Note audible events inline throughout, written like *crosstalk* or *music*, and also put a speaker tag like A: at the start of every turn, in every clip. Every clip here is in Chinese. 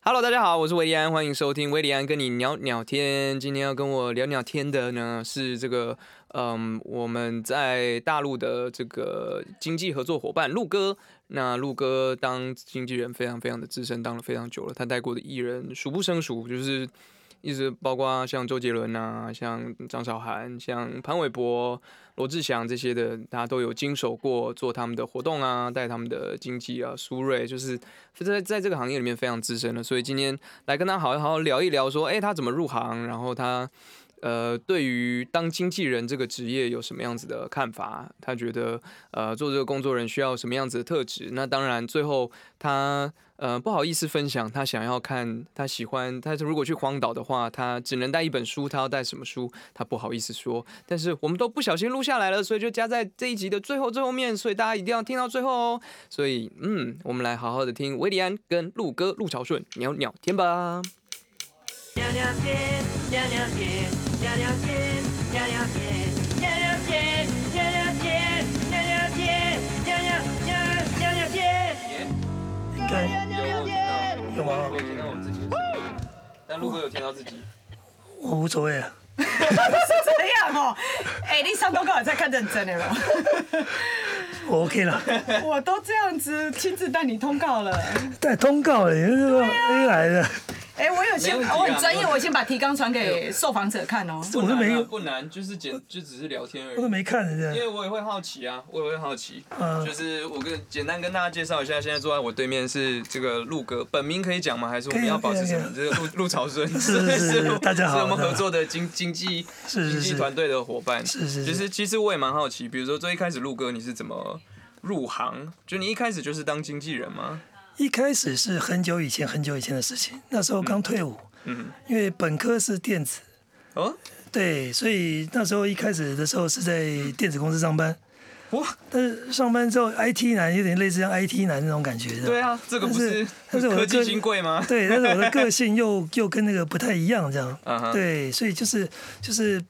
A: Hello，大家好，我是维利安，欢迎收听维利安跟你聊聊天。今天要跟我聊聊天的呢是这个，嗯，我们在大陆的这个经济合作伙伴陆哥。那陆哥当经纪人非常非常的资深，当了非常久了，他带过的艺人数不胜数，就是一直包括像周杰伦啊，像张韶涵，像潘玮柏、罗志祥这些的，他都有经手过做他们的活动啊，带他们的经纪啊，苏芮就是在在这个行业里面非常资深了，所以今天来跟他好好好聊一聊说、哎，他怎么入行，然后他呃对于当经纪人这个职业有什么样子的看法，他觉得呃做这个工作人需要什么样子的特质，那当然最后他呃不好意思分享，他想要看他喜欢，他如果去荒岛的话，他只能带一本书，他要带什么书，他不好意思说，但是我们都不小心录下来了，所以就加在这一集的最后最后面，所以大家一定要听到最后哦。所以，嗯，我们来好好的听维里安跟陆哥陆朝顺聊聊天吧。
B: 聊聊天，聊聊天，聊聊天，聊聊天，聊聊天，聊聊天，聊聊天，聊聊聊聊聊天。聊聊天，
A: 有
C: 吗
A: 我听到我自己的声音，但陆哥有听到自己。
C: 我无所谓啊，
B: 是这样哦。哎，你上通告也在看认真的
A: *laughs*
B: 了，
C: 我 OK 了。
B: 我都这样子亲自带你通告了。
C: 带通告了，你这个
A: 啊
C: A 来的，
B: 哎，我有先，
A: 没问题啊
B: 我很专业，我先把提纲传给受访者看哦。
C: 我都没有
A: 不啊难，就是简就只是聊天而
C: 我都。没看人
A: 因
C: 家。
A: 为我也会好奇啊，我也会好奇，
C: 嗯
A: 就是我跟简单跟大家介绍一下，现在坐在我对面是这个陆哥，本名可以讲吗？还是我们
C: 可以啊
A: 要保持什么？
C: 可
A: 这
C: *laughs*
A: 个陆陆朝顺，
C: 是是是大家好
A: 是我们
C: 大家
A: 合
C: 好
A: 作的经经济
C: 是是
A: 经济
C: 是
A: 团队的伙伴，
C: 是是是
A: 其实其实我也蛮好奇，比如说最一开始陆哥你是怎么入行？就你一开始就是当经纪人吗？
C: 一开始是很久以前很久以前的事情，那时候刚退伍，
A: 嗯，
C: 因为本科是电子，
A: 哦，
C: 对，所以那时候一开始的时候是在电子公司上班。
A: 哇，
C: 但是上班之后，IT 男有点类似像 IT 男那种感觉。
A: 对
C: 啊，
A: 啊，这个不
C: 但是但是我的
A: 科技
C: 个
A: 新贵吗？
C: 对，但是我的个性又又跟那个不太一样，这样
A: 嗯哼嗯
C: 对，所以就是就是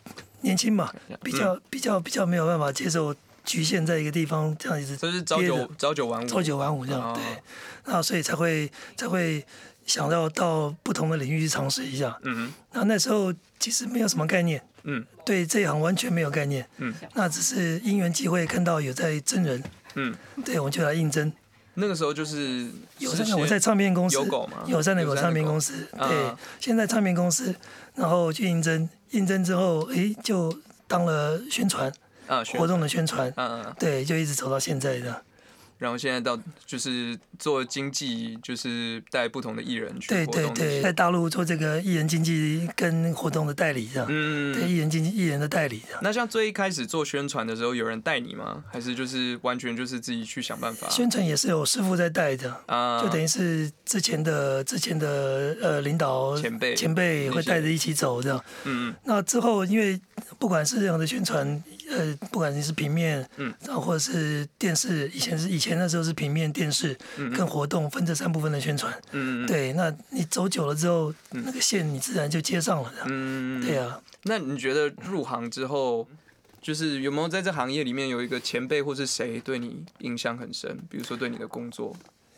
C: 年轻嘛，比较比较比较没有办法接受局限在一个地方这样一直
A: 这是朝
C: 憋着
A: 九朝九晚五，
C: 朝九晚五这样
A: 哦
C: 对，然后所以才会才会想到到不同的领域去尝试一下。
A: 嗯
C: 然后那时候其实没有什么概念，
A: 嗯
C: 对这一行完全没有概念，
A: 嗯，
C: 那只是因缘际会看到有在真人，
A: 嗯，
C: 对，我们就来应征。
A: 那个时候就是
C: 友
A: 是
C: 善的
A: 先
C: 我在唱片公司，
A: 有狗吗
C: 友善的
A: 友
C: 我
A: 善的
C: 唱片
A: 狗
C: 公司，
A: 啊
C: 对，现在唱片公司，然后去应征，应征之后，诶，就当了宣传
A: 啊
C: 活动的宣传，
A: 嗯，嗯
C: 对，就一直走到现在的，
A: 然后现在到就是做经济，就是带不同的艺人去
C: 对
A: 活
C: 对
A: 动
C: 对，在大陆做这个艺人经纪跟活动的代理这样，对，
A: 嗯，
C: 艺人经纪艺人的代理这样。
A: 那像最一开始做宣传的时候，有人带你吗？还是就是完全就是自己去想办法？
C: 宣传也是有师傅在带的，
A: 啊，
C: 就等于是之前的之前的呃领导
A: 前辈
C: 前辈会带着一起走这样。
A: 嗯
C: 那之后，因为不管是任何的宣传，呃，不管你是平面，
A: 嗯，
C: 然后或者是电视，以前是以前那时候是平面、电视跟活动分这三部分的宣传，
A: 嗯嗯嗯嗯
C: 对，那你走久了之后，那个线你自然就接上了的，
A: 嗯，
C: 对啊，
A: 那你觉得入行之后，就是有没有在这行业里面有一个前辈或是谁对你印象很深？比如说对你的工作，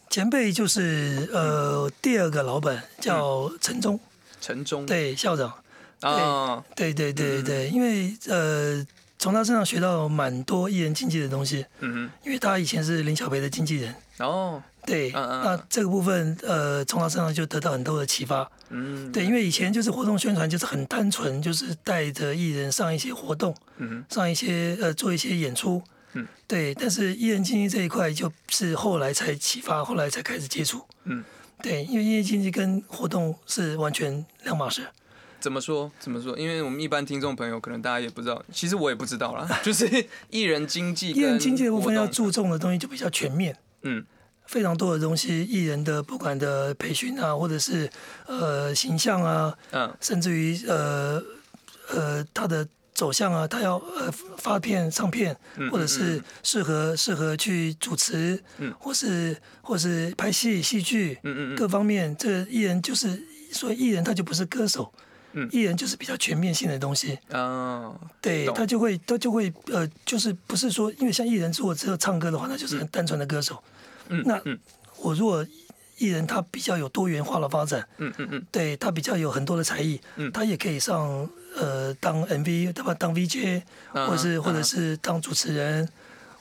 C: 前辈就是呃第二个老板叫陈忠，
A: 陈忠
C: 对，校长，
A: 啊，
C: 对对对对，因为呃从他身上学到蛮多艺人经纪的东西，
A: 嗯
C: 因为他以前是林小培的经纪人。
A: 哼，哦，
C: 对，
A: 嗯嗯嗯
C: 那这个部分，呃，从他身上就得到很多的启发。
A: 嗯，
C: 对，因为以前就是活动宣传就是很单纯，就是带着艺人上一些活动，
A: 嗯
C: 上一些呃做一些演出，
A: 嗯，
C: 对。但是艺人经济这一块就是后来才启发，后来才开始接触。
A: 嗯，
C: 对，因为艺人经济跟活动是完全两码事。
A: 怎么说？怎么说？因为我们一般听众朋友可能大家也不知道，其实我也不知道啦。 *laughs* 就是艺人经济，
C: 艺人经济的部分要
A: 做，
C: 注重的东西就比较全面。
A: 嗯
C: 非常多的东西，艺人的不管的培训啊，或者是呃形象啊，
A: 嗯
C: 甚至于呃呃他的走向啊，他要呃发片上片，或者是适合适合去主持，
A: 嗯
C: 或是或是拍戏戏剧，
A: 嗯嗯嗯
C: 各方面，这艺人就是所以艺人他就不是歌手，
A: 嗯
C: 艺人就是比较全面性的东西，
A: 哦，
C: 对
A: 懂
C: 他就会他就会呃就是不是说因为像艺人如果只有唱歌的话，那就是很单纯的歌手，
A: 嗯
C: 那
A: 嗯
C: 我如果艺人他比较有多元化的发展，
A: 嗯嗯嗯，
C: 对他比较有很多的才艺，
A: 嗯
C: 他也可以上呃当 MV，他当 VJ，
A: 嗯
C: 或者是或
A: 嗯
C: 者是当主持人，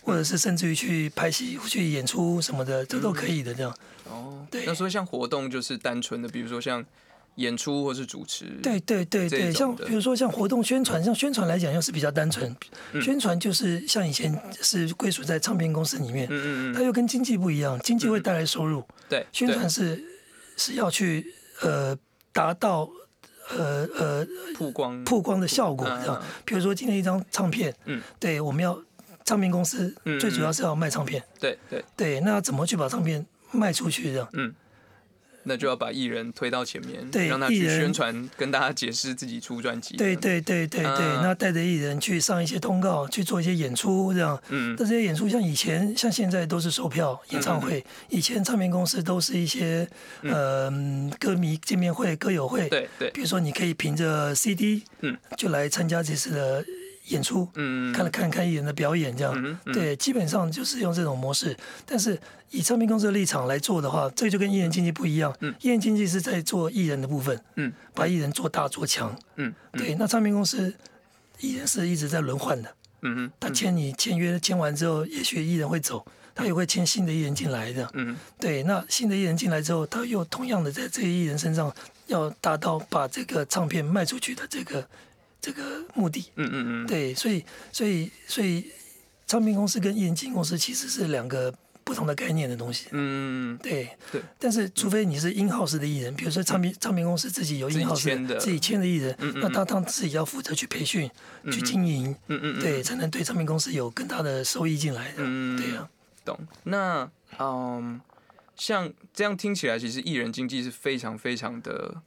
C: 或者是甚至于去拍戏、去演出什么的，
A: 嗯
C: 这都可以的这样。
A: 哦，
C: 对
A: 那所以像活动就是单纯的，比如说像演出或是主持，
C: 对对对
A: 嗯这种
C: 对，像
A: 的嗯
C: 比如说像活动宣传，像宣传来讲又是比较单纯，宣传就是像以前是归属在唱片公司里面，
A: 嗯，嗯
C: 它
A: 嗯，
C: 又跟经济不一样，经济会带来收入，
A: 对，
C: 宣
A: 对
C: 传是是要去呃达到呃呃
A: 曝光，
C: 曝光的效果
A: 嗯
C: 这样
A: 嗯。
C: 比如说今天一张唱片，
A: 嗯，
C: 对，我们要唱片公司
A: 嗯
C: 最主要是要卖唱片，
A: 对对，
C: 对，那怎么去把唱片卖出去这样？
A: 嗯，那就要把艺人推到前面，
C: 对
A: 让他
C: 艺
A: 去
C: 人
A: 宣传，跟大家解释自己出专辑，
C: 对，对对对对，
A: 啊
C: 那带着艺人去上一些通告，去做一些演出这样。
A: 嗯
C: 但这些演出像以前像现在都是售票演唱
A: 嗯
C: 会，以前唱片公司都是一些嗯、呃、歌迷见面会、歌友会。
A: 对对
C: 比如说你可以凭着 CD，
A: 嗯，
C: 就来参加这次的演出，
A: 嗯
C: 看了看看艺人的表演这样。
A: 嗯嗯
C: 对，基本上就是用这种模式。但是以唱片公司的立场来做的话，这个就跟艺人经济不一样。
A: 嗯
C: 艺人经济是在做艺人的部分，
A: 嗯
C: 把艺人做大做强。
A: 嗯
C: 对，那唱片公司艺人是一直在轮换的，
A: 嗯
C: 他签你签约签完之后，也许艺人会走，他也会签新的艺人进来的。
A: 嗯
C: 对，那新的艺人进来之后，他又同样的在这个艺人身上要达到把这个唱片卖出去的这个这个目的。
A: 嗯嗯嗯，
C: 对，所以所以所以，唱片公司跟艺人经纪公司其实是两个不同的概念的东西。
A: 嗯
C: 对，
A: 对，嗯
C: 但是除非你是 in house 的艺人，比如说唱片唱片公司自己有
A: 自己
C: in
A: 签
C: house
A: 的
C: 自己签的艺人，
A: 嗯嗯
C: 那他当然自己要负责去培训、去经营，
A: 嗯嗯，
C: 对，才能对唱片公司有更大的收益进来的。
A: 嗯
C: 对啊呀、
A: 懂。那嗯，像这样听起来，其实艺人经济是非常非常的。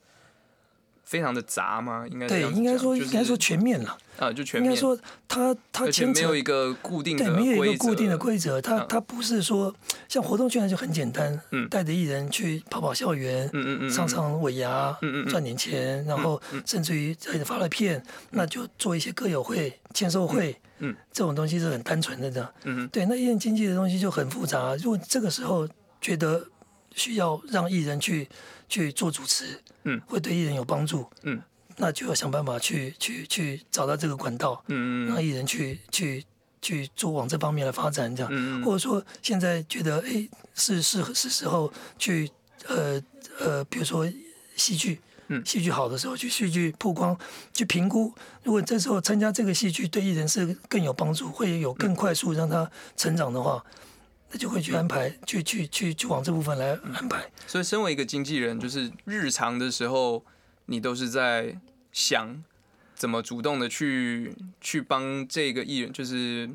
A: 非常的杂吗？应该这
C: 对，
A: 样子
C: 应该
A: 讲
C: 说
A: 就
C: 应该
A: 是
C: 说全面了，
A: 啊，就全
C: 应
A: 面。
C: 该说他他
A: 而且
C: 牵
A: 没
C: 扯
A: 有一个固定的
C: 对，没有一个固定的
A: 规
C: 规则，它
A: 嗯
C: 它不是说像活动圈就很简单
A: 嗯，
C: 带着艺人去跑跑校园
A: 嗯嗯嗯嗯，
C: 上上尾牙
A: 嗯嗯嗯，嗯
C: 赚点钱，然后甚至于呃发了片，那就做一些歌友会、签售会，
A: 嗯，
C: 这种东西是很单纯的这样。
A: 则。嗯
C: 对，那艺人经济的东西就很复杂。如果这个时候觉得需要让艺人去去做主持，
A: 嗯，
C: 会对艺人有帮助，
A: 嗯
C: 那就要想办法去去去找到这个管道，
A: 嗯嗯
C: 让艺人去去去做往这方面的发展，这样，
A: 嗯
C: 或者说现在觉得哎是是是时候去呃呃，比如说戏剧，
A: 嗯
C: 戏剧好的时候去戏剧曝光，去评估，如果这时候参加这个戏剧对艺人是更有帮助，会有
A: 嗯
C: 更快速让他成长的话，那就会去安排，去去去去往这部分来安排。
A: 所以，身为一个经纪人，就是日常的时候，你都是在想怎么主动的去去帮这个艺人，就是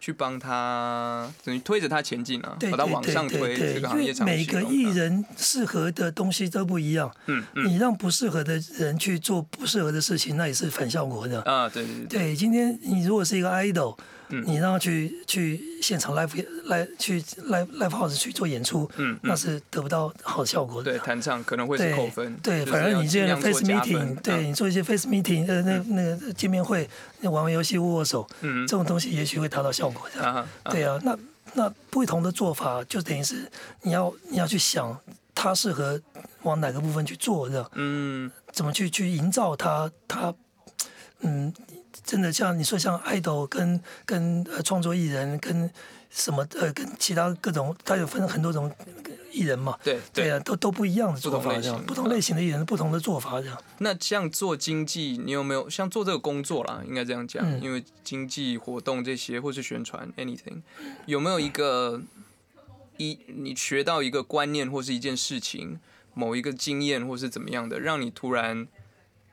A: 去帮他，等于推着他前进啊，
C: 对
A: 把他
C: 对
A: 往
C: 对
A: 上
C: 对
A: 推。
C: 对
A: 这个
C: 因
A: 行业
C: 为
A: 长期
C: 每个
A: 动荡
C: 艺，人适合的东西都不一样。
A: 嗯嗯
C: 你让不适合的人去做不适合的事情，那也是反效果的。
A: 啊，对对对对，
C: 对，今天你如果是一个 idol，、你
A: 嗯
C: 让他去去现场 live 来去 live live house 去做演出，
A: 嗯嗯
C: 那是得不到好效果的
A: 对。弹唱可能会是
C: 对
A: 扣分，
C: 对，
A: 就是
C: 反
A: 要
C: 正你这
A: 尽
C: 样
A: 量
C: 的 face
A: 做加
C: meeting，
A: 分，
C: 对
A: 啊，
C: 你做一些 face meeting，呃，那那个见面会，玩玩游戏握握手，
A: 嗯
C: 这种东西也许会达到效果这样。
A: 啊啊
C: 对啊，那那不同的做法就等于是你要你要去想它适合往哪个部分去做这样。
A: 嗯
C: 怎么去去营造它，它，嗯，真的像你说，像爱豆跟跟呃创作艺人跟什么呃跟其他各种，它有分很多种艺人嘛，
A: 对对
C: 对啊，都都不一样的做
A: 不同
C: 法
A: 类
C: 这
A: 型
C: 样，不同类型的艺人不同的做法这样，
A: 那像做经济，你有没有像做这个工作啦？应该这样讲，
C: 嗯
A: 因为经济活动这些，或是宣传 anything，有没有一个一你学到一个观念或是一件事情，某一个经验或是怎么样的，让你突然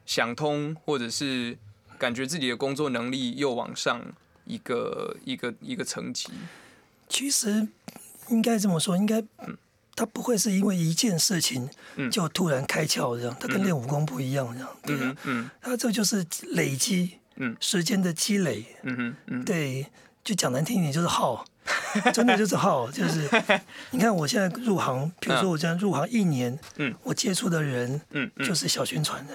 A: 想通，或者是感觉自己的工作能力又往上一个一个一个层级？
C: 其实应该这么说，应该。他不会是因为一件事情
A: 嗯
C: 就突然开窍这样，他跟练武功不一样这样，对啊
A: 嗯，嗯
C: 他这就是累积，
A: 嗯
C: 时间的积累，
A: 嗯哼嗯，
C: 对，就讲难听一点就是耗，真的就
A: *laughs*
C: 是耗，就是你看我现在入行，比如说我现在入行一年，
A: 嗯，
C: 我接触的人，
A: 嗯嗯
C: 就是小宣传的。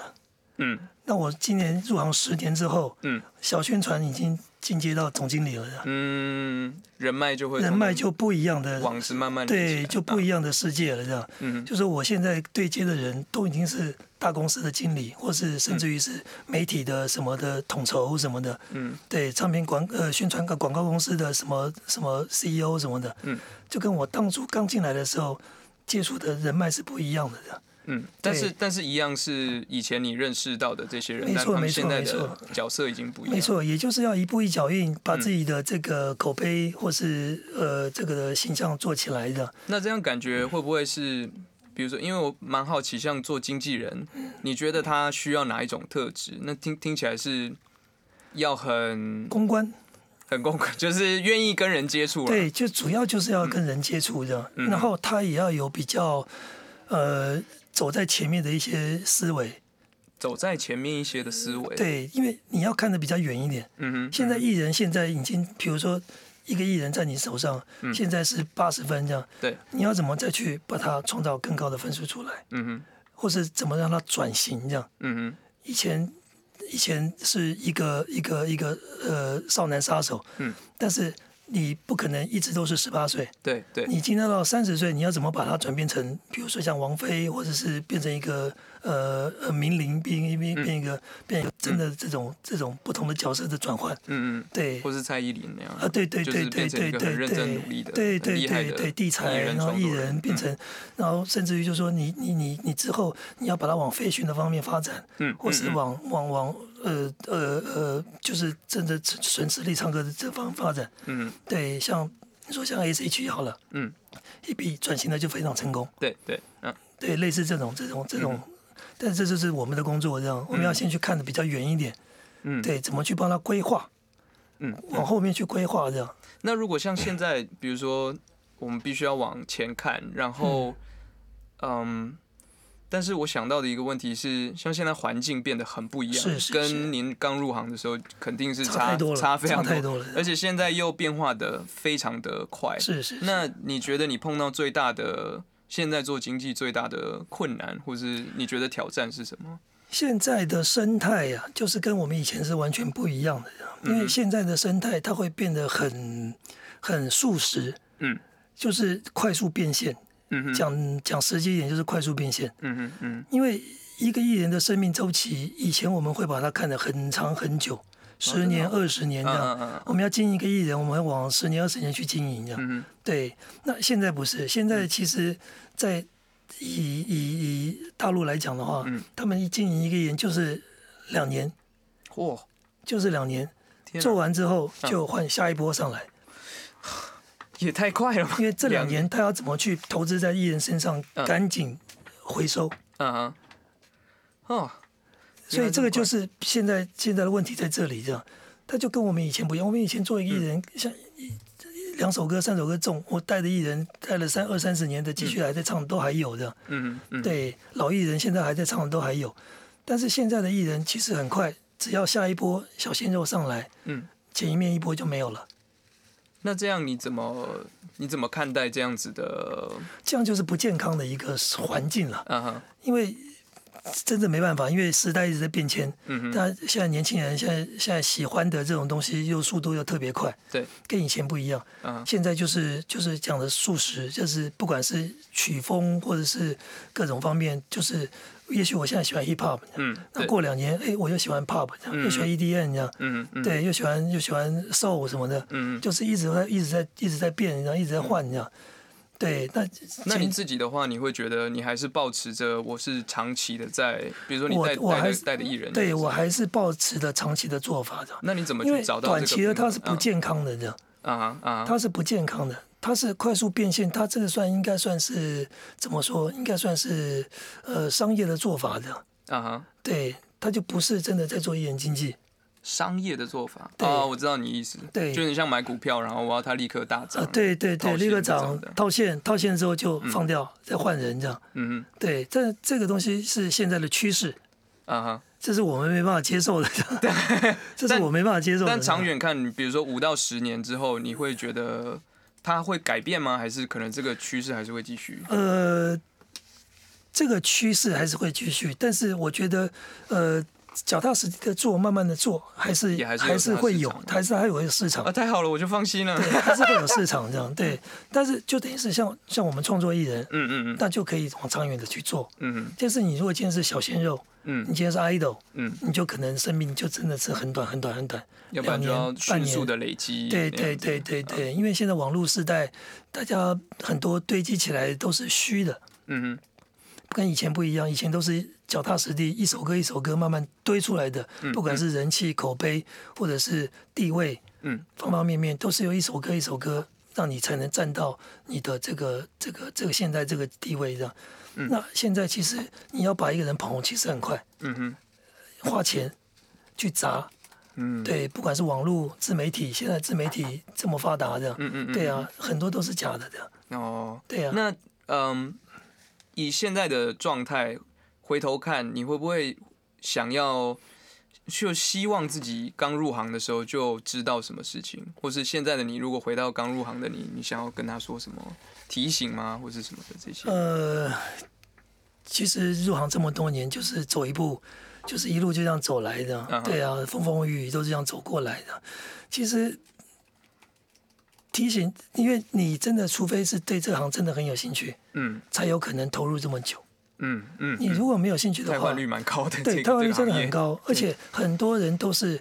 A: 嗯
C: 那我今年入行十年之后，
A: 嗯，
C: 小宣传已经进阶到总经理了呀，
A: 嗯，人脉就会
C: 人
A: 可
C: 脉
A: 能
C: 就不一样的，
A: 网子慢啊慢连起
C: 对，
A: 来
C: 就不一样的世界了，这样。
A: 嗯
C: 就是我现在对接的人都已经是大公司的经理，或是甚至于是媒体的什么的统筹什么的，
A: 嗯
C: 对，唱片广呃宣传广告公司的什么什么 CEO 什么的，
A: 嗯
C: 就跟我当初刚进来的时候接触的人脉是不一样的这样。
A: 嗯，但是
C: 对
A: 但是一样是以前你认识到的这些人，
C: 没
A: 但
C: 错
A: 他们
C: 没
A: 现
C: 错
A: 在
C: 没
A: 的
C: 错
A: 角色已经不一样，
C: 没，错，也就是要一步一脚印，
A: 嗯
C: 把自己的这个口碑或是呃这个的形象做起来的。
A: 那这样感觉会不会是，比如说，因为我蛮好奇，像做经纪人，你觉得他需要哪一种特质？那听听起来是要很
C: 公关
A: 很公， *laughs* 就是愿意跟人接触啦。啊
C: 对，就主要就是要跟人接触这样，
A: 嗯
C: 然后他也要有比较呃走在前面的一些思维。
A: 走在前面一些的思维。，
C: 对，因为你要看得比较远一点。
A: 嗯哼，
C: 现在艺人现在已经，比如说一个艺人在你手上，现在是八十分这样，
A: 嗯对，
C: 你要怎么再去把它创造更高的分数出来，
A: 嗯哼，
C: 或是怎么让它转型这样？
A: 嗯
C: 以前以前是一个一个一个呃少男杀手，
A: 嗯，
C: 但是你不可能一直都是十八岁
A: 哼，，对对，
C: 你今天到三十岁，你要怎么把它转变成，比如说像王菲，或者是变成一个呃呃名伶，变
A: 嗯
C: 变变变一个变一个真的这种这种不同的角色的转换，
A: 嗯嗯，
C: 对，
A: 或是蔡依林那样
C: 啊，对对
A: 就
C: 对
A: 是
C: 对
A: 变成
C: 对
A: 一个
C: 对
A: 很认真
C: 对
A: 努力的、
C: 对
A: 很
C: 对
A: 厉害
C: 对
A: 的
C: 对地
A: 艺
C: 才，
A: 人嗯
C: 然后
A: 创
C: 艺
A: 作
C: 人变成，然后甚至于就说你你你你之后你要把它往飞讯的方面发展，
A: 嗯
C: 或是
A: 嗯嗯
C: 往往往呃呃呃，就是真的纯实力唱歌的这方发展，
A: 嗯
C: 对，像你说像 S H E 好了，
A: 嗯，
C: 一笔转型的就非常成功，
A: 对对，嗯
C: 对，类似这种这种这种。但这就是我们的工作，这样我们要先去看的比较远一点，
A: 嗯，
C: 对，怎么去帮他规划，
A: 嗯，
C: 往后面去规划，这样，
A: 那如果像现在，比如说我们必须要往前看，然后，嗯，但是我想到的一个问题是，像现在环境变得很不一样，
C: 是是是
A: 跟您刚入行的时候肯定是
C: 差太多了
A: 差非常
C: 差太多了
A: 而且现在又变化的非常的快。
C: 是是。是
A: 那你觉得你碰到最大的现在做经济最大的困难，或是你觉得挑战是什么？
C: 现在的生态呀、就是跟我们以前是完全不一样的呀，
A: 嗯
C: 因为现在的生态它会变得很很速食，
A: 嗯
C: 就是快速变现。
A: 嗯哼
C: 讲讲实际一点，就是快速变现。
A: 嗯哼嗯
C: 因为一个艺人的生命周期，以前我们会把它看得很长很久，十年、二十年这
A: 嗯嗯嗯嗯
C: 样。我们要经营一个艺人，我们会往十年、二十年去经营这样。
A: 嗯哼嗯
C: 对，那现在不是，现在其实，在以以以大陆来讲的话，
A: 嗯
C: 他们一经营一个研就是两年，
A: 嚯、
C: 就是两年，
A: 天
C: 做
A: 啊，
C: 完之后就换下一波上来，
A: 也太快了吧！
C: 因为这两，年他要怎么去投资在艺人身上，
A: 嗯
C: 赶紧回收，
A: 嗯哼，哦。。
C: 所以这个就是是现在现在的问题在这里，这样，他就跟我们以前不一样，我们以前做一个
A: 嗯
C: 艺人，像一两首歌、三首歌中，我带的艺人带了三二三十年的，继续还在唱，都还有的。
A: 嗯嗯，
C: 对，老艺人现在还在唱的都还有，但是现在的艺人其实很快，只要下一波小鲜肉上来，
A: 嗯，
C: 前一面一波就没有了，
A: 那这样你怎么你怎么看待这样子的？
C: 这样就是不健康的一个环境了。
A: 嗯哼，
C: 因为真的没办法，因为时代一直在变迁，
A: 嗯哼
C: 但现在年轻人现在现在喜欢的这种东西又速度又特别快，
A: 对，
C: 跟以前不一样。
A: 嗯
C: 现在就是就是讲的素食，就是不管是曲风或者是各种方面，就是也许我现在喜欢 hip hop，
A: 嗯
C: 那
A: 对
C: 过两年，哎，我又喜欢 pop，这样
A: 嗯
C: 又喜欢 EDM 这样，
A: 嗯嗯，，
C: 对，又喜欢又喜欢 soul 什么的，
A: 嗯
C: 就是一直在一直在一直在变，然后一直在换这样。对，那
A: 那你
C: 前
A: 自己的话，你会觉得你还是保持着我是长期的在，比如说你
C: 我
A: 带
C: 我
A: 带
C: 还
A: 的
C: 是
A: 带的艺人，
C: 对我还是保持的长期的做法的，
A: 那你怎么
C: 因
A: 嗯
C: 为
A: 去找到这
C: 短
A: 个
C: 期的它是不
A: 平嗯
C: 健康的，这样
A: 衡啊啊啊，
C: 它是不健康的，它是快速变现，它这个算应该算是怎么说？应该算是呃商业的做法的，
A: 啊哈，
C: 对，它就不是真的在做艺人经济。
A: 商业的做法
C: 对
A: 哦，我知道你意思，
C: 对
A: 就你像买股票，然后我要它立刻大
C: 啊
A: 涨，，
C: 对对
A: 套
C: 对，
A: 现
C: 立刻
A: 这种
C: 涨
A: 的
C: 套现，套现之后就放掉，再换人这样。
A: 嗯
C: 对，这这个东西是现在的趋势，
A: 哼啊哈，
C: 这是我们没办法接受的， *laughs* 这是我没办法接受的。
A: 但长远看，比如说五到十年之后，你会觉得它会改变吗？还是可能这个趋势还是会继续？
C: 呃，这个趋势还是会继续，但是我觉得，呃，脚踏实地的做，慢慢的做，还是
A: 也还是有
C: 还是会有
A: 它的市，场呃
C: 还是还有一个市场
A: 啊，，太好了，我就放心了。
C: 对，还是会有市场这样。对，但是就等于是像像我们创作艺人，
A: 嗯嗯
C: 那就可以往长远的去做。
A: 嗯
C: 但是你如果今天是小鲜肉，
A: 嗯
C: 你
A: 嗯
C: 今天是 idol，
A: 嗯，
C: 你就可能生命就真的是很短很短很短，
A: 要不然就
C: 两
A: 要
C: 年
A: 迅速的
C: 半年
A: 累积。
C: 对对对对
A: 嗯
C: 对，因为现在网络时代，大家很多堆积起来都是虚的，
A: 嗯嗯
C: 跟以前不一样，以前都是脚踏实地，一首歌一首歌慢慢堆出来的，不管是人气、口碑，或者是地位，
A: 嗯，
C: 方方面面，都是由一首歌一首歌，让你才能站到你的这个这个这个现在这个地位上。那现在其实你要把一个人捧红，其实很快，
A: 嗯哼
C: 花钱去砸，
A: 嗯
C: 对，不管是网络、自媒体，现在自媒体这么发达，这样，
A: 嗯嗯嗯
C: 对啊，很多都是假的，这样，
A: 哦，
C: 对啊。
A: 那嗯，以现在的状态回头看，你会不会想要就希望自己刚入行的时候就知道什么事情，或是现在的你如果回到刚入行的你，你想要跟他说什么提醒吗，或是什么的这些？
C: 呃，其实入行这么多年，就是走一步，就是一路就这样走来的。
A: 嗯哼
C: 对啊，风风雨雨都是这样走过来的。其实提醒，因为你真的，除非是对这行真的很有兴趣，
A: 嗯
C: 才有可能投入这么久。
A: 嗯嗯，
C: 你如果没有兴趣的
A: 汰
C: 话
A: 换，率蛮高的，这
C: 对，
A: 个
C: 台湾率
A: 这
C: 真
A: 个
C: 的
A: 行业
C: 很高，而且很多人都是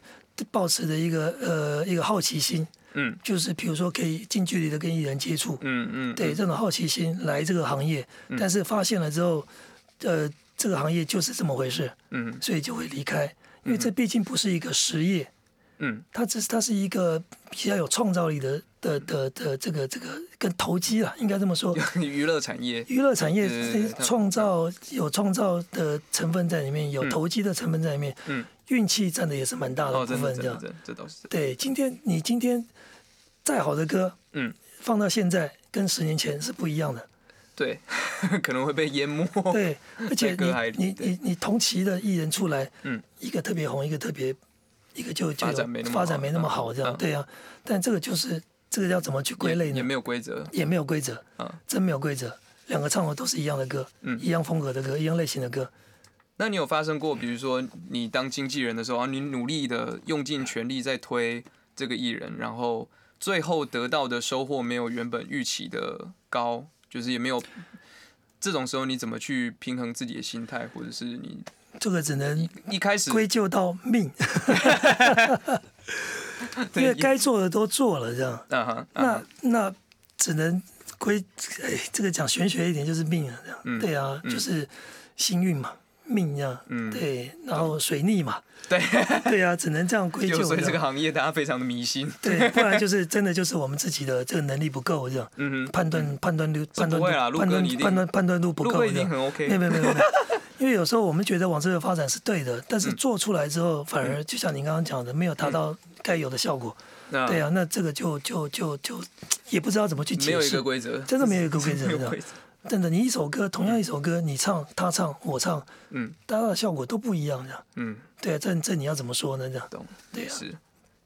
C: 抱持着一个呃一个好奇心，
A: 嗯
C: 就是比如说可以近距离的跟艺人接触，
A: 嗯嗯，
C: 对这种好奇心来这个行业，但是发现了之后，呃，这个行业就是这么回事，
A: 嗯
C: 所以就会离开，因为这毕竟不是一个实业，
A: 嗯
C: 它只是它是一个比较有创造力的的的的这个这个跟投机啊，应该这
A: *laughs*
C: 么说，
A: 嗯，娱乐产业，
C: 娱乐产业
A: 对对对它
C: 创造有创造的成分在里面，有投机的成分在里面，
A: 嗯，
C: 运气占的也是蛮大的
A: 哦，
C: 部
A: 真的
C: 分，
A: 真
C: 这
A: 的
C: 样
A: 真的，这倒是真的，
C: 对。今天你今天再好的歌
A: 嗯，
C: 放到现在，跟十年前是不一样的。
A: 对， *laughs* 可能会被淹没， *laughs*
C: 对，而且
A: 歌海里
C: 你你
A: 对
C: 你你同期的艺人出来，
A: 嗯，
C: 一个特别红，一个特别，一个就就
A: 发
C: 有
A: 展没那么
C: 发
A: 好
C: 展没那么好，这样
A: 嗯
C: 对啊。但这个就是这个要怎么去归类
A: 也
C: 呢？
A: 也没有规则，
C: 也没有规则，
A: 嗯，
C: 真没有规则。两个唱的都是一样的歌，
A: 嗯
C: 一样风格的歌，一样类型的歌，
A: 那你有发生过，比如说你当经纪人的时候，然后啊你努力的用尽全力在推这个艺人，然后最后得到的收获没有原本预期的高，就是也没有。这种时候你怎么去平衡自己的心态，或者是你
C: 这个只能
A: 一开始
C: 归咎到命，因
A: 对
C: 为该做的都做了，这样，
A: 啊哈啊
C: 那
A: 哈
C: 那只能归，哎，这个讲玄学一点就是命啊，这样，对啊，就是幸运嘛，命这样，
A: 嗯
C: 对，然后水逆嘛，
A: 对，
C: *laughs* 对啊，只能这样归
A: *laughs*
C: 咎
A: 就所以这
C: 这
A: 个
C: 样。
A: 行业大家非常的迷信，
C: 对，不然就是真的就是我们自己的这个能力不够这样，
A: 嗯哼
C: 判断判断率判断
A: 不会啦
C: 度
A: 陆
C: 判
A: 哥
C: 断
A: 你一定
C: 判断判断度不
A: 陆
C: 够
A: 哥
C: 这
A: 一定
C: 样，
A: 很 OK
C: 没有没有没有
A: *laughs*
C: 没有，因为有时候我们觉得往这个发展是对的，但是
A: 嗯
C: 做出来之后反而就像您刚刚讲的，没有达到该有的效果。
A: 那
C: 对啊，那这个就就就就也不知道怎么去
A: 没
C: 解
A: 有一
C: 释
A: 个。规则，
C: 真的没有一个规则
A: *laughs*
C: 啊
A: 没有
C: 的
A: 规则，
C: 真的，你一首歌同样一首歌，你唱他唱我唱，
A: 嗯
C: 达到的效果都不一样的。
A: 嗯。
C: 对啊，这这你要怎么说呢？这样
A: 懂，
C: 对啊
A: 是。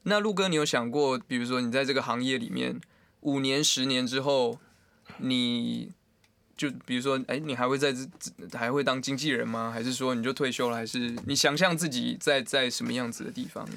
A: 那陆哥，你有想过，比如说你在这个行业里面五年、十年之后，你就比如说，哎、你还会在这这还会当经纪人吗？还是说你就退休了？还是你想象自己在在什么样子的地方呢？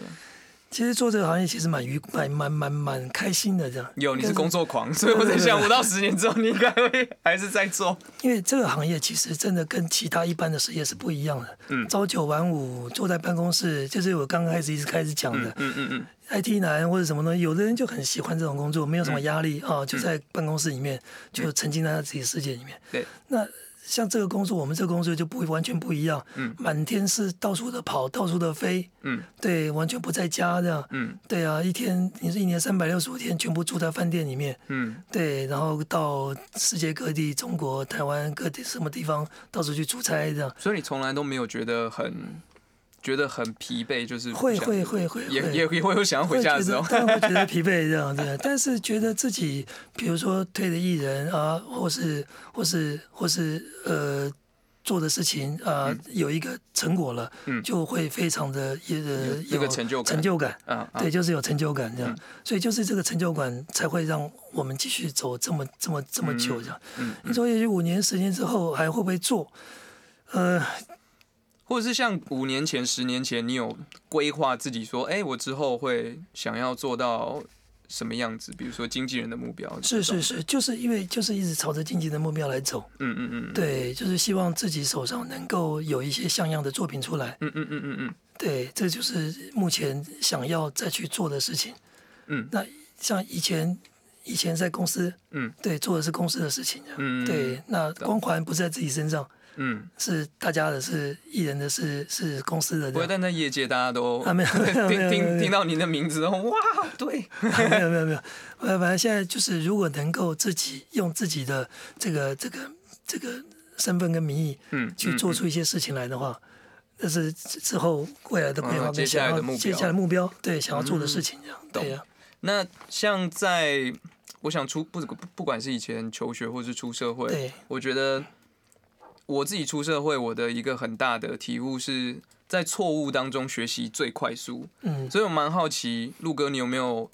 C: 其实做这个行业其实蛮愉蛮蛮蛮蛮开心的，这样。
A: 有，你
C: 但
A: 是工，作
C: *laughs*
A: 狂，所以我在想，五到十年之后，你应该会还是在做。
C: 因为这个行业其实真的跟其他一般的事业是不一样的。
A: 嗯
C: 朝九晚五，坐在办公室，就是我刚开始一直开始讲的、
A: 嗯嗯嗯
C: IT 男或者什么东西，有的人就很喜欢这种工作，没有什么压
A: 嗯
C: 力、啊，就在办公室里面，就沉浸在他自己世界里面。
A: 对，
C: 那像这个工作，我们这个工作就不完全不一样，
A: 嗯
C: 满天是到处的跑，到处的飞，
A: 嗯
C: 对，完全不在家这样。
A: 嗯
C: 对啊，一天你是一年三百六十五天全部住在饭店里面，
A: 嗯
C: 对，然后到世界各地，中国、台湾各地什么地方，到处去出差这样。
A: 所以你从来都没有觉得很觉得很疲惫，就是
C: 会
A: 想
C: 会会会
A: 也
C: 会
A: 也也会有想要 *laughs* 回家的时候
C: 会。觉得当然会觉得疲惫这样对啊，但是觉得自己，比如说推的艺人啊，或是或是或是呃做的事情啊、有一个成果了，
A: 嗯
C: 就会非常的也呃
A: 有有个成就感
C: 成就感。
A: *laughs* 嗯，嗯
C: 对，就是有成就感这样，所以就是这个成就感才会让我们继续走这么这么这么久这样。
A: 嗯
C: 你说也许五年、十年之后还会不会做？呃，
A: 或者是像五年前、十年前，你有规划自己说，哎、我之后会想要做到什么样子？比如说经纪人的目标这种，
C: 是是是，就是因为就是一直朝着经济的目标来走，
A: 嗯，嗯嗯嗯，，
C: 对，就是希望自己手上能够有一些像样的作品出来，
A: 嗯嗯嗯嗯嗯，
C: 对，这就是目前想要再去做的事情。
A: 嗯
C: 那像以前以前在公司，
A: 嗯，
C: 对，做的是公司的事情，啊
A: 嗯
C: 对，那光环不是在自己身上，
A: 嗯，
C: 是大家的，是艺人的，是是公司的
A: 不
C: 这
A: 过
C: 样。
A: 但在业界大家都
C: 啊没有没有没
A: 听
C: 有没
A: 听
C: 有
A: 听到您的名字后，哇，对，
C: *laughs* 没有没有没有，呃，反正现在就是，如果能够自己用自己的这个这个这个身份跟名义，
A: 嗯
C: 去做
A: 嗯
C: 出一些事情来的话，那是之后未来的规划
A: 嗯接
C: 跟
A: 下来
C: 想
A: 的
C: 要
A: 目标嗯
C: 接下来目标，对，想要做的事情这样，
A: 懂
C: 对呀、
A: 那像在，我想出不不不管是以前求学或是出社会
C: 对，
A: 我觉得我自己出社会，我的一个很大的体悟是在错误当中学习最快速。
C: 嗯，
A: 所以我蛮好奇，陆哥，你有没有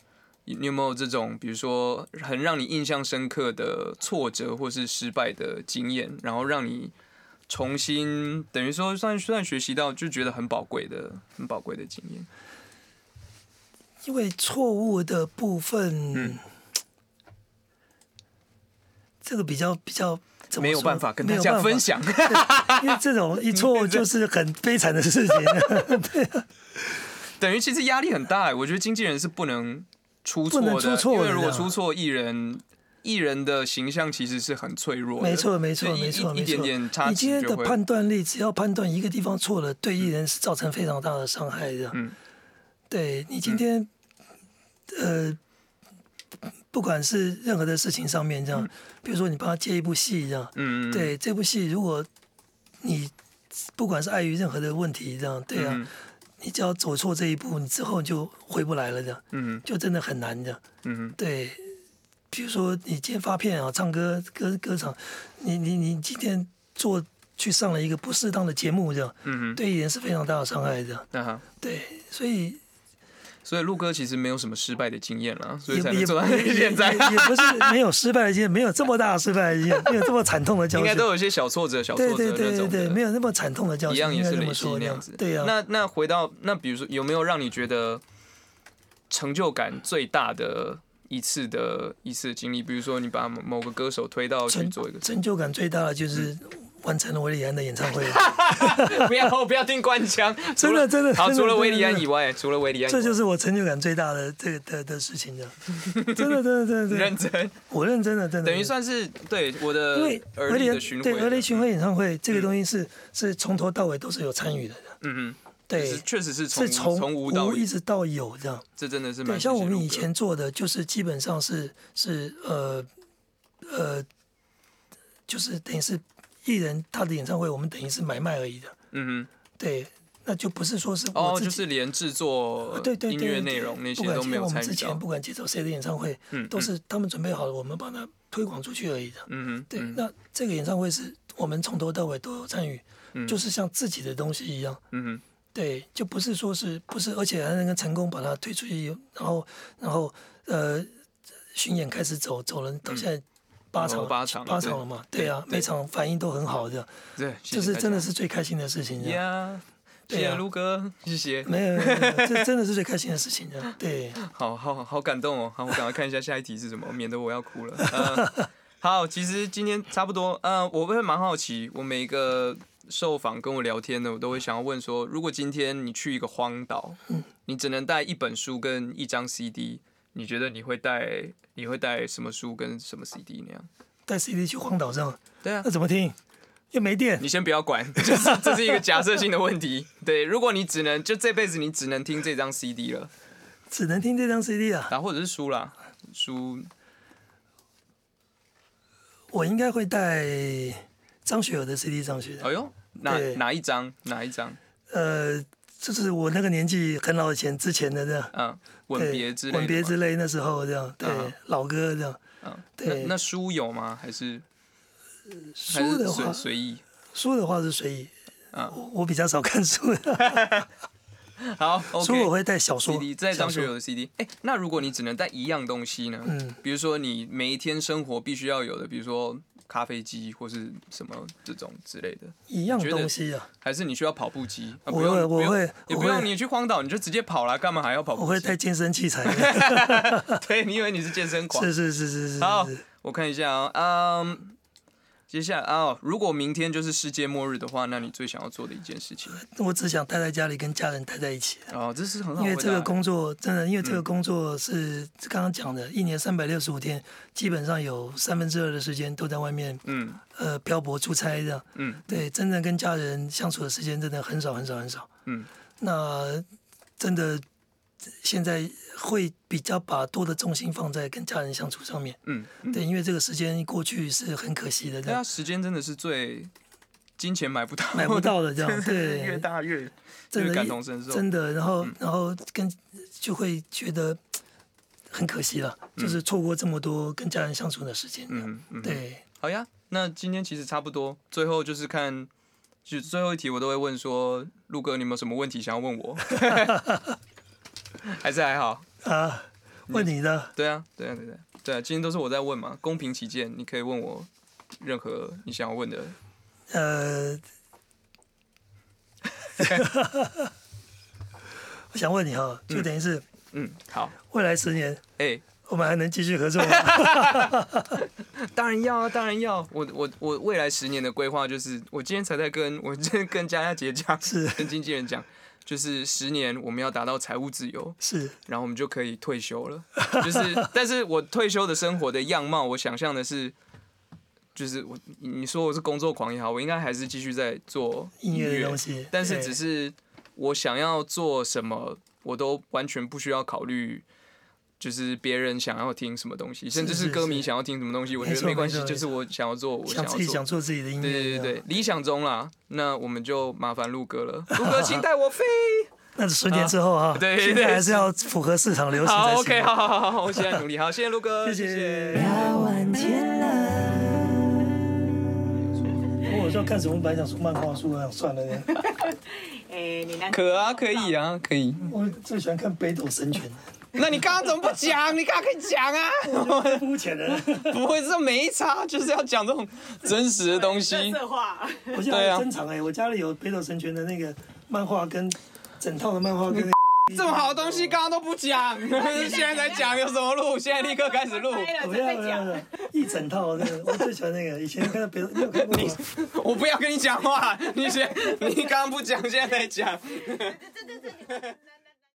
A: 你有没有这种，比如说很让你印象深刻的挫折或是失败的经验，然后让你重新等于说算算学习到，就觉得很宝贵的、很宝贵的经验。
C: 因为错误的部分，
A: 嗯
C: 这个比较比较怎么
A: 没有
C: 说
A: 办法跟
C: 没
A: 大
C: 有
A: 家
C: 办法
A: 分享。
C: 因为这种
A: *laughs*
C: 一错就是很悲惨的事情，
A: 等于其实压力很大欸，我觉得经纪人是不能出错
C: 不能
A: 的，
C: 出错
A: 因
C: 的
A: 为如果
C: 啦
A: 出错，艺人艺人的形象其实是很脆弱的。
C: 没错没错
A: 所以一
C: 没错
A: 一一
C: 没
A: 点
C: 错。
A: 点差
C: 你今
A: 池
C: 天
A: 就
C: 的
A: 会，嗯
C: 判断力，只要判断一个地方错了，对艺人是造成非常大的伤害的。
A: 嗯，
C: 对你今天，呃，不管是任何的事情上面，这样，比如说你帮他接一部戏，这样，
A: 嗯，
C: 对这部戏，如果你不管是碍于任何的问题，这样，对啊，
A: 嗯
C: 你只要走错这一步，你之后就回不来了，这样，
A: 嗯
C: 就真的很难的。
A: 嗯
C: 对，比如说你今天发片啊，唱歌歌歌唱，你你你今天做去上了一个不适当的节目，这样，
A: 嗯嗯，
C: 对艺人是非常大的伤害的。
A: 那好。
C: 对，所以
A: 啊所以陆哥其实没有什么失败的经验啦，所
C: 也
A: 以才能
C: 也
A: 做 *laughs* 到
C: 也
A: 现在
C: 也。也不是没有失败的经验，没有这么大的失败的经验，没有这么
A: *laughs*
C: 惨痛的教
A: 应
C: 训
A: 该。都有一些小挫折、小挫
C: 对对
A: 折
C: 对
A: 那
C: 对
A: 种
C: 对，
A: 的。
C: 没有那么惨痛的教
A: 一
C: 训，
A: 样也
C: 应该
A: 是
C: 这
A: 累
C: 么
A: 积
C: 说
A: 那
C: 这
A: 样
C: 样
A: 子。
C: 对啊呀、
A: 那那回到那，比如说有没有让你觉得成就感最大的一次的一次经历？比如说你把某某个歌手推到去
C: 成
A: 做一个，嗯
C: 成就感最大的就是完成了维里安的演
A: *laughs*
C: 唱会，
A: 不要不要听官腔，
C: *laughs* 真
A: 除
C: 的
A: 了
C: 真的
A: 好，
C: 真的
A: 除了
C: 真的
A: 维里安
C: 真的
A: 以外，除了维里安以外，
C: 这就是我成就感最大的这个的的
A: *laughs*
C: 事情的，真的真的真的真
A: 认
C: 的，
A: 真，
C: 我认真的真的。
A: 等于算是对我的
C: 因为
A: 耳
C: 维
A: 力
C: 里安
A: 的巡回
C: 对
A: 的，嗯
C: 维里巡回演唱会这个东西是是从头到尾都是有参与的，
A: 嗯嗯，
C: 对
A: 是，确实是从
C: 是从
A: 从无到
C: 一
A: 有，
C: 直到有这样。
A: 这真的是蛮
C: 对，像
A: 谢谢
C: 我们
A: 陆
C: 以
A: 哥
C: 前做的，就是基本上是是呃呃，就是等于是艺人他的演唱会，我们等于是买卖而已的。
A: 嗯哼。
C: 对，那就不是说是
A: 哦
C: 我，自
A: 就
C: 己、哦
A: 是连制作
C: 对对
A: 音
C: 对
A: 乐
C: 对
A: 内容那
C: 不
A: 些
C: 管
A: 都
C: 今
A: 没
C: 天
A: 有
C: 我
A: 参
C: 们之
A: 与
C: 前
A: 到，
C: 不管接受谁的演唱会，
A: 嗯
C: 都
A: 嗯
C: 是他们准备好了，我们帮他推广出去而已的。
A: 嗯哼，
C: 对，
A: 嗯
C: 那这个演唱会是我们从头到尾都有参与，
A: 嗯
C: 就是像自己的东西一样。
A: 嗯哼，
C: 对，就不是说是不是，而且还能够成功把它推出去，然后然后呃，巡演开始走走了，到现在八场、
A: 哦八嗯场了
C: 八场了嘛，对啊，每场反应都很好的，
A: 对，
C: 这是真的是最开心的事情这样
A: 呀，谢
C: 对
A: 谢
C: 啊
A: 陆哥，谢谢，
C: 没有，没有没有这真的是最开心的事情的。
A: *laughs*
C: 对，
A: 好好好感动哦！好，我赶快看一下下一题是什么， *laughs* 免得我要哭了。呃、好，其实今天差不多。呃，我会蛮好奇，我每一个受访跟我聊天的，我都会想要问说，如果今天你去一个荒岛，
C: 嗯
A: 你只能带一本书跟一张 CD，你觉得你会带你会带什么书跟什么 CD 那样？
C: 带 CD 去荒岛上，
A: 对啊
C: 那，怎么听？又没电
A: 你，先不要管， *laughs* 就是这是一个假设性的问题。对，如果你只能就这辈子你只能听这张 CD 了，
C: 只能听这张 CD 啊。
A: 然后或者是书啦，书
C: 我应该会带张学友的 CD，张学友。
A: 哎呦，哪
C: 对
A: 哪一张？哪一张？
C: 呃，就是我那个年纪很老以前之前的这样，
A: 嗯，吻
C: 对
A: 别之类的吗。
C: 吻别之类那时候这样，对
A: 嗯，
C: 老歌这样。
A: 嗯，那
C: 对
A: 那书有吗？还是还
C: 书
A: 是
C: 的
A: 随
C: 话，
A: 随意？
C: 书的话是随意。
A: 嗯
C: 我我比较少看书的，
A: 好
C: 书我
A: *laughs* ，OK。
C: 会带小说
A: CD，在张学
C: 小
A: 友
C: 说
A: 的 CD。哎，那如果你只能带一样东西呢？
C: 嗯
A: 比如说你每一天生活必须要有的，比如说咖啡机或是什么这种之类的，
C: 一样
A: 觉得
C: 东西啊。
A: 还是你需要跑步机？啊、
C: 我
A: 不用，
C: 会
A: 不用
C: 我会
A: 也
C: 我
A: 不用
C: 会
A: 你去荒岛，你就直接跑啦，干嘛还要跑步机？
C: 我会带健身器材，
A: *laughs* 对，你以为你是健身狂？
C: 是是是是是
A: 好
C: 是，，
A: 我看一下啊、嗯，接下来啊、如果明天就是世界末日的话，那你最想要做的一件事情？
C: 我只想待在家里跟家人待在一起，
A: 哦，这是很好
C: 因
A: 回答，
C: 为这个工作真的，因为
A: 嗯
C: 这个工作是刚刚讲的，一年三百六十五天，基本上有三分之二的时间都在外面，
A: 嗯
C: 呃，漂泊出差这样。
A: 嗯
C: 对，真正跟家人相处的时间真的很少很少很少。
A: 嗯
C: 那真的现在会比较把多的重心放在跟家人相处上面，
A: 嗯，
C: 对，因为这个时间过去是很可惜的，这
A: 对啊，
C: 样
A: 时间真的是最金钱买不到，
C: 买不，到
A: *laughs*
C: 的这样，
A: 越
C: 对，
A: 大越
C: 真
A: 越
C: 的
A: 感同身受，嗯
C: 真的，然后然后跟就会觉得很可惜了，就是错过这么多跟家人相处的时间，
A: 嗯嗯，
C: 对，
A: 好呀，那今天其实差不多，最后就是看，就最后一题我都会问说，陆哥你有没有什么问题想要问我？ *laughs* 还是还好，
C: 啊，问你的，
A: 对啊，对啊，对啊，对啊，今天都是我在问嘛，公平起见，你可以问我任何你想要问的。
C: 呃。 *laughs* 我想问你哈，就等于是
A: 嗯，好，
C: 未来十年，
A: 哎、
C: 我们还能继续合作吗？
A: *laughs* 当然要啊，当然要。我我我未来十年的规划就是，我今天才在跟我今天跟佳佳姐讲，
C: 是
A: 跟经纪人讲，就是十年我们要达到财务自由，
C: 是，
A: 然后我们就可以退休了。 *laughs* 就是，但是我退休的生活的样貌，我想象的是，就是我你你说我是工作狂也好，我应该还是继续在做
C: 音乐的
A: 乐
C: 东西
A: 但是
C: 对
A: 只是我想要做什么，我都完全不需要考虑。就是别人想要听什么东西，甚至是
C: 是
A: 歌迷
C: 是
A: 想要听什么东西，我觉
C: 没
A: 得
C: 错
A: 没关
C: 没
A: 系，
C: 错
A: 就
C: 没
A: 是我想要做，我要
C: 想自己
A: 做
C: 想。做自己的音乐。
A: 对对对对，，理想中啦，那我们就麻烦陆哥了，陆
C: *laughs*
A: 哥请带我飞。
C: 那十年之后啊，
A: 对对
C: 现
A: 对
C: 在还是要符合市场流行才
A: 好
C: 行。
A: ，OK，好好好好，我现在努力，好，谢谢陆哥，
C: 谢谢
A: 谢
D: 聊完天了，
C: 我说看什么，本来想说漫画书，我想算了呢。
D: 哎，你那
A: 可啊，可以啊，可以。
C: 我最喜欢看北斗
A: *laughs*
C: 神拳，
A: 那你刚刚怎么不讲？你刚刚可以讲啊！ *laughs*
C: 肤浅的。
A: 不会这没差，就是要讲这种真实的东西。
D: 色话，
C: 我现
A: 对
C: 在
A: 啊
C: 还珍藏哎，我家里有北斗神拳的那个漫画跟整套的漫画跟。
A: 这么好的东西刚刚都不讲， *laughs* 现在才讲有什么录？现在立刻开始录。
D: 开了
C: 不
D: 再
C: 要
D: 再
C: 不要不
D: 讲。
C: 要！一整套那个，我最喜欢那个。以前看到北斗，你有看过吗？
A: 我不要跟你讲话，你先，你刚刚不讲，现在才讲。
D: 这这这这。